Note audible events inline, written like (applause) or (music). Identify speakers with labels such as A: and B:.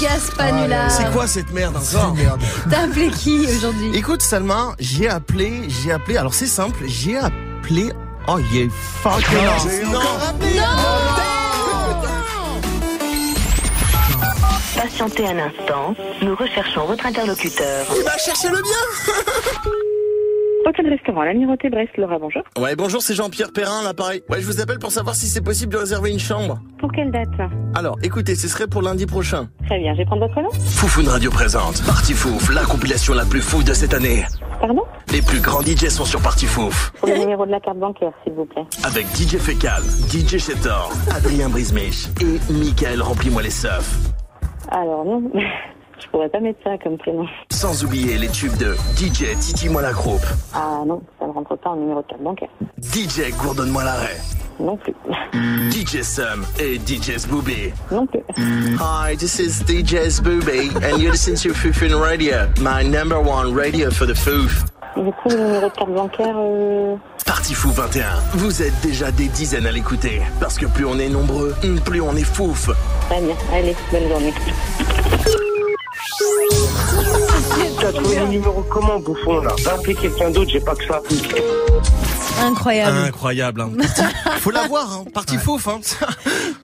A: Gaspanula.
B: Ah,
C: C'est quoi cette merde encore
D: merde.
A: T'as appelé qui aujourd'hui
C: Écoute Salma, j'ai appelé, j'ai appelé. Alors c'est simple, j'ai appelé. Oh yeah, fuck
D: J'ai
C: non.
D: encore appelé.
E: Patientez un instant, nous recherchons votre interlocuteur.
C: Il va chercher le bien.
F: Hôtel Restaurant, l'Amirauté Brest, Laura, bonjour.
C: Ouais, bonjour, c'est Jean-Pierre Perrin, l'appareil. Ouais, je vous appelle pour savoir si c'est possible de réserver une chambre.
F: Pour quelle date
C: Alors, écoutez, ce serait pour lundi prochain.
F: Très bien, je vais prendre votre nom.
B: Foufoune Radio présente Party Fouf, la compilation la plus fouille de cette année.
F: Pardon
B: Les plus grands DJ sont sur Party Fouf.
F: Pour le numéro de la carte bancaire, s'il vous plaît.
B: Avec DJ Fécal, DJ Chetor, Adrien Brismich et Michael Remplis-moi les seufs.
F: Alors non, (laughs) je pourrais pas mettre ça comme prénom.
B: Sans oublier les tubes de DJ Titi-moi la croupe,
F: Ah non, ça ne rentre pas en numéro de carte bancaire.
B: DJ Gourdonne-moi l'arrêt,
F: Non plus.
B: DJ Sum et DJ Booby.
F: Non plus.
B: Hi, this is DJ Booby and you listen to Foufoune Radio, my number one radio for the Fouf.
F: Du coup, le numéro de carte bancaire, euh...
B: Parti Fou 21, vous êtes déjà des dizaines à l'écouter. Parce que plus on est nombreux, plus on est fouf.
F: très bien. Allez, bonne journée.
G: T'as trouvé les numéros comment, bouffon, là Va appeler quelqu'un d'autre, j'ai pas que ça.
A: Incroyable.
C: Incroyable. Hein. Faut l'avoir, hein. Parti fouf. Hein.